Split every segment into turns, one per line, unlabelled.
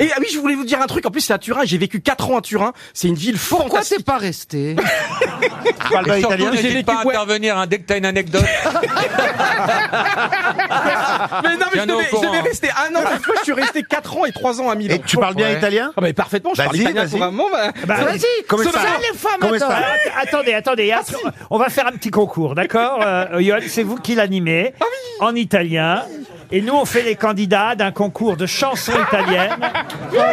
Et ah oui, je voulais vous dire un truc. En plus, c'est à Turin. J'ai vécu 4 ans à Turin. C'est une ville
Pourquoi
fantastique.
Ah, t'es pas resté
Je parle
pas italien.
N'hésite
J'ai vécu
pas à
quoi
intervenir hein, dès que t'as une anecdote.
mais non, mais je
Tiens-nous au
devais, je
courant,
devais
hein.
rester un an. Cette fois, je suis resté 4 ans et 3 ans à Milan.
Et tu parles bien
Ouais.
italien
Ah, mais parfaitement. Je parle
Vas-y,
italien
vas-y.
couramment. bah.
Vas-y,
comment
c'est
ça
ça les femmes,
Comment
attends.
ça
Ah, att- attendez, attendez. att- on va faire un petit concours, d'accord Euh, Johan, c'est vous qui l'animez en italien. Et nous, on fait les candidats d'un concours de chansons italiennes.
Oh
Bah,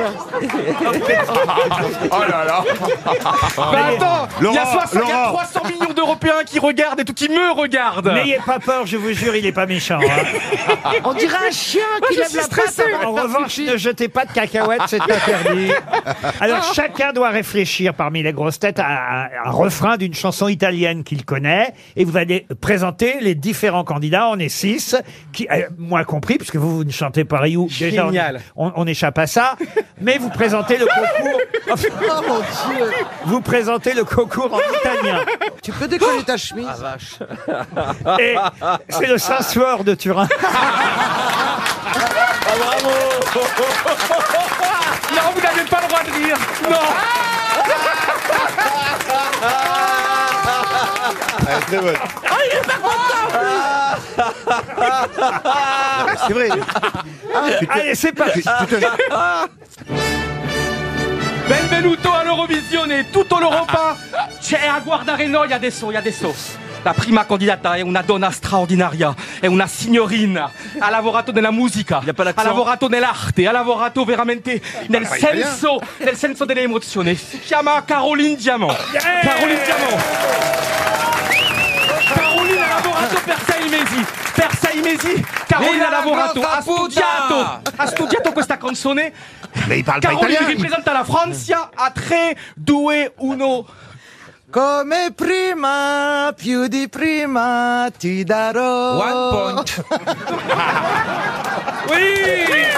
attends, il y a
Laurent,
60, il y a
Laurent.
300 millions d'Européens qui regardent et tout qui me regardent.
N'ayez pas peur, je vous jure, il est pas méchant. hein.
On dirait un chien qui lève la patte avant
En
de faire
revanche,
pipi.
ne jetez pas de cacahuètes, c'est interdit. Alors, chacun doit réfléchir parmi les grosses têtes à- à un refrain d'une chanson italienne qu'il connaît. Et vous allez présenter les différents candidats. On est six, qui, euh, moi compris, puisque vous, vous ne chantez pas Ryu. Déjà, on-
Génial.
On, on échappe à ça. Mais vous présentez le concours.
Oh mon dieu
Vous présentez le concours en italien.
Tu peux décoller ta chemise
Et c'est le Saint-Suor de Turin.
Non, vous n'avez pas le droit de rire. Non.
C'est vrai.
Allez, c'est parti.
Benvenuto all'Eurovisione, tutto l'Europa c'è ah. eh, a guardare noi adesso e adesso. La prima candidata è una donna straordinaria, è una signorina, ha lavorato nella musica, ha lavorato nell'arte, ha lavorato veramente nel senso, nel senso delle emozioni. Si chiama Caroline Diamant. Caroline
Eh
Diamant. Caroline ha lavorato per sei mesi. Per sei mesi Caroline
Viva
ha
la
lavorato,
grossa
ha studiato, ha studiato Ah, questa canzone
Mais il parle pas
Caroline qui
italien.
représente la Francia a très doué uno.
Comme prima, più di prima, ti darò.
One point.
Oui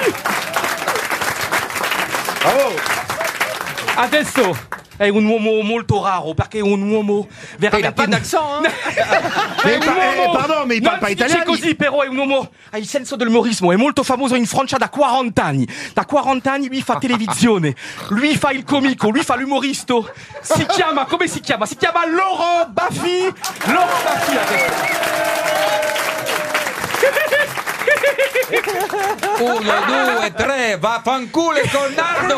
Adesso è un uomo molto raro perché è un uomo veramente...
pas d'accent, hein
Mais il par- eh, pardon, mais il parle
non
pas
si
italien.
dice così, però è un uomo ha il senso dell'umorismo, è molto famoso in Francia da 40 anni. Da 40 anni lui fa televisione, lui fa il comico, lui fa l'umorista. Si chiama, come si chiama? Si chiama Laurent Baffy. Laurent Baffy adesso.
Uno, due, tre, va fanculo il cornardo!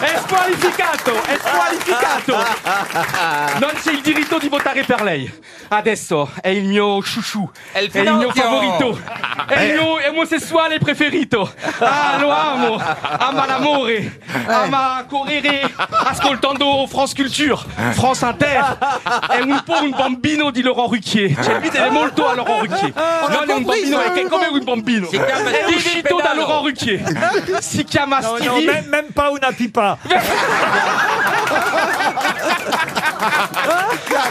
È squalificato, è squalificato. Non c'è il diritto di votare per lei. Adesso è il mio chouchou, è
È
il
il
mio
Pinocchio.
favorito, è il mio omosessuale preferito. Ah, lo amo, ama l'amore,
Eh.
ama correre ascoltando France Culture, France Inter. È un po' un bambino di Laurent Ruquier. Cioè, lui deve molto a Laurent Ruquier. Non è un bambino, è
hein
che- come un bambino.
Si
È
chiama Stevie
uscito da
Pedalo.
Laurent Ruquier. Si chiama
Non, non,
Stevie.
même, même pas una pipa.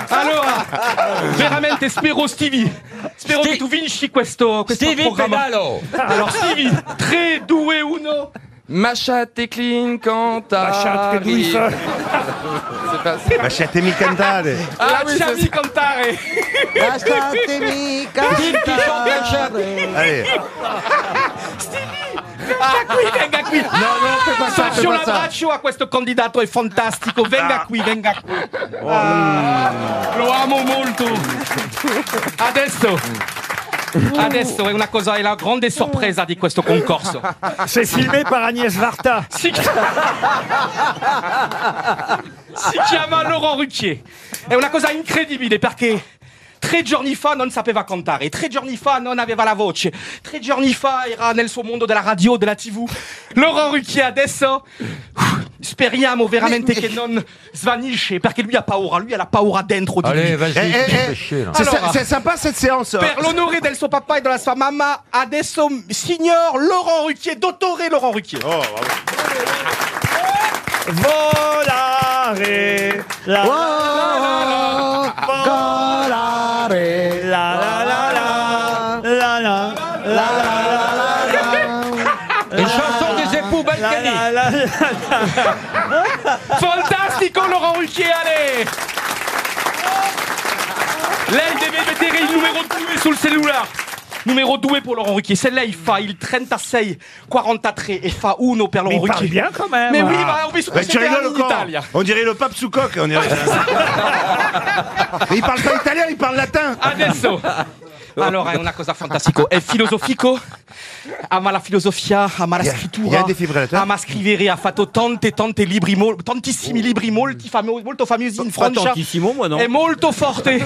Allora, veramente spero Stevie. Spero che tu vinci questo, questo
Stevie
programma.
Pedalo!
Allora, Stevie, 3, 2, 1.
Macha Teclin quand
Machin, t'es douce.
Machete mi cantare.
Lasciami cantare.
Lasciatemi cantare.
Allez.
Venga qui, venga qui. Faccio
fai
un
passare.
abbraccio a questo candidato, è fantastico. Venga qui, venga qui. Ah, lo amo molto. Adesso. Adesso è una cosa, è la grande sorpresa di questo concorso.
C'est filmé par Agnès Varta.
Si, si chiama Laurent Rucchier. È una cosa incredibile perché tre giorni fa non sapeva cantare, tre giorni fa non aveva la voce, tre giorni fa era nel suo mondo della radio, della tv. Laurent Rucchier adesso uff, speriamo veramente che non svanisce perché lui ha paura, lui ha la paura dentro di
Allez,
lui.
vas-y,
Eh, eh,
tu
eh,
fais chier, là.
c'est
Alors.
sa- c'est sympa cette séance.
Per l'onore del suo papà e della sua mamma, adesso signor Laurent Rucchier, dottore Laurent Rucchier.
Oh.
Volare. La,
Oh, colare.
la, la, la, la, la, la,
Une chanson des époux
la,
Balkany!
la, la, la.
Fantastico Laurent Ruquier, allez Lei deve vedere il numero 2 sul cellulare.
Numéro doué pour Laurent Ruquier. Celle-là, il fa, il 36, 43
E,
et fa uno per
Mais
Laurent
il parle
Ruquier.
bien quand même.
Mais oui,
Ah.
bah, en plus,
Mais tu
c'était
rigoles
en
quand
Italie.
On dirait le pape Soukoc. On dirait... Mais il parle pas italien, il parle latin.
Adesso. Allora, è una cosa fantastica. È filosofico, eh, ama la filosofia, ama la
Yeah.
scrittura,
Yeah, defibrillatore.
ama scrivere. Ha fatto tante, tante libri, mol- tantissimi
Oh.
libri, molti famo- molto famosi in Francia.
tantissimo, moi, non.
È molto forte.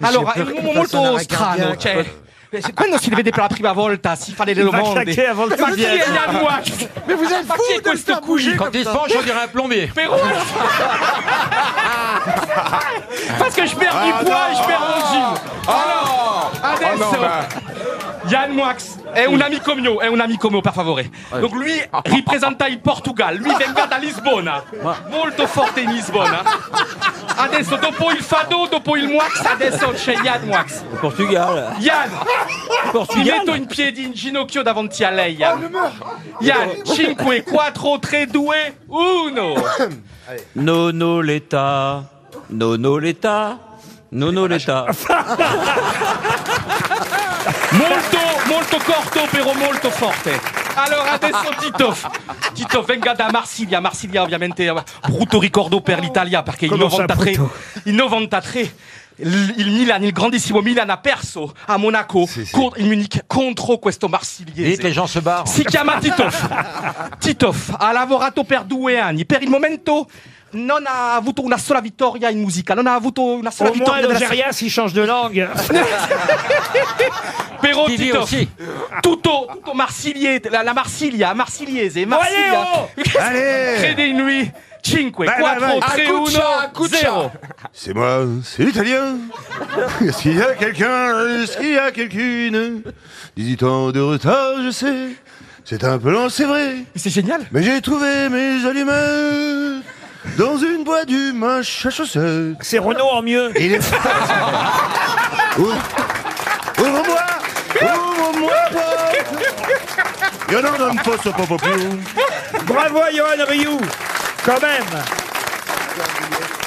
Allora, è un uomo molto
l'arrêt
strano.
cardiaque.
Cioè, eh, se- quando si vede per la prima volta, si fa delle
Il va
domande.
claquer hein. avant le
Ma chi è Ian Wax?
Mais vous êtes
Ma
fous
chi è
de le
questo
faire
qui?
bouger
Quand il se penche, on dirait un plombier.
Mais ouais. Parce que je perds du poids et je perds mon gym. Alors, adesso. Yann Moix è un amico mio, è un amico mio, per favore. Donc lui rappresenta il Portugal, lui venga da Lisbona, hein. molto forte in Lisbona. Adesso dopo il Fado, dopo il Moix, adesso c'è Yann Moix.
Portugal.
Yann, mi
Portugal.
metto in piedi in ginocchio davanti a lei, Yann. Yann, 5, 4, 3, 2, 1.
Nono l'État. Nono l'État. Nono l'État.
Molto, molto corto, però molto forte. Allora adesso Titoff. Titoff venga da Marsiglia. Marsiglia ovviamente eh, brutto ricordo per l'Italia perché il
Come sa,
93,
brutto?
il 93 il il Milan, il grandissimo Milan ha perso a Monaco contro il Munich contro questo
Vite, les
marsigliese.
gens se barrent.
Si chiama Titoff. Titoff ha lavorato per due anni. Per il momento non ha avuto una sola vittoria in musica, non ha avuto una sola
Au moins,
vittoria della sua-
l'Algérie, s'il change de langue.
Pero
Qui vit
Titoff.
aussi.
Tutto, tutto Marsilie, la, la Marsilia, Marsigliese, Marsiglia.
oh.
Allez.
Crede in lui. 5,
Vai,
4,
vai, vai.
3, 1, 0.
C'est moi, c'est l'italien. Est-ce qu'il y a quelqu'un Est-ce qu'il y a quelqu'une 18 ans de retard, je sais. C'est un peu lent, c'est vrai.
C'est génial.
Mais j'ai trouvé mes allumettes dans une boîte du mâche à chaussettes.
C'est Renault en mieux.
Il est... Ouvre- Ouvre-moi Ouvre-moi la porte Io non un posso proprio più
Bravo à Johan Rioux. Quand même.